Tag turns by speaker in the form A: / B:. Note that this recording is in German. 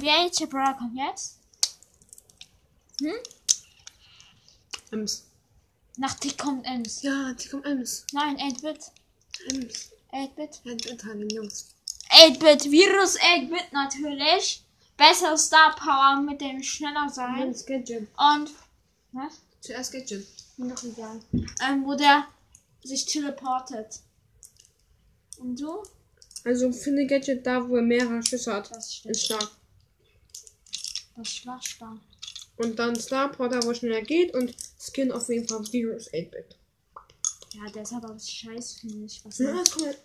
A: Welche Bra kommt jetzt? Hm?
B: Ems.
A: Nach Tick kommt Ems.
B: Ja, die kommt Ems.
A: Nein, 8-Bit.
B: Ems.
A: 8-Bit.
B: Ja, die Italien, Jungs.
A: 8-Bit. Virus 8-Bit natürlich. Bessere Star Power mit dem schneller sein.
B: Ems, Gadget.
A: Und. Was?
B: Zuerst Gadget.
A: Mir doch egal. Ähm, wo der sich teleportet. Und du?
B: Also finde Gadget da, wo er mehrere Schüsse hat.
A: Das stimmt.
B: Ist stark.
A: Das Schlagstar.
B: Und dann Star Porter, wo schneller geht. Und Skin auf jeden Fall Virus 8-Bit.
A: Ja, der ist aber scheiße, finde ich. Was
B: Ja, guck mal.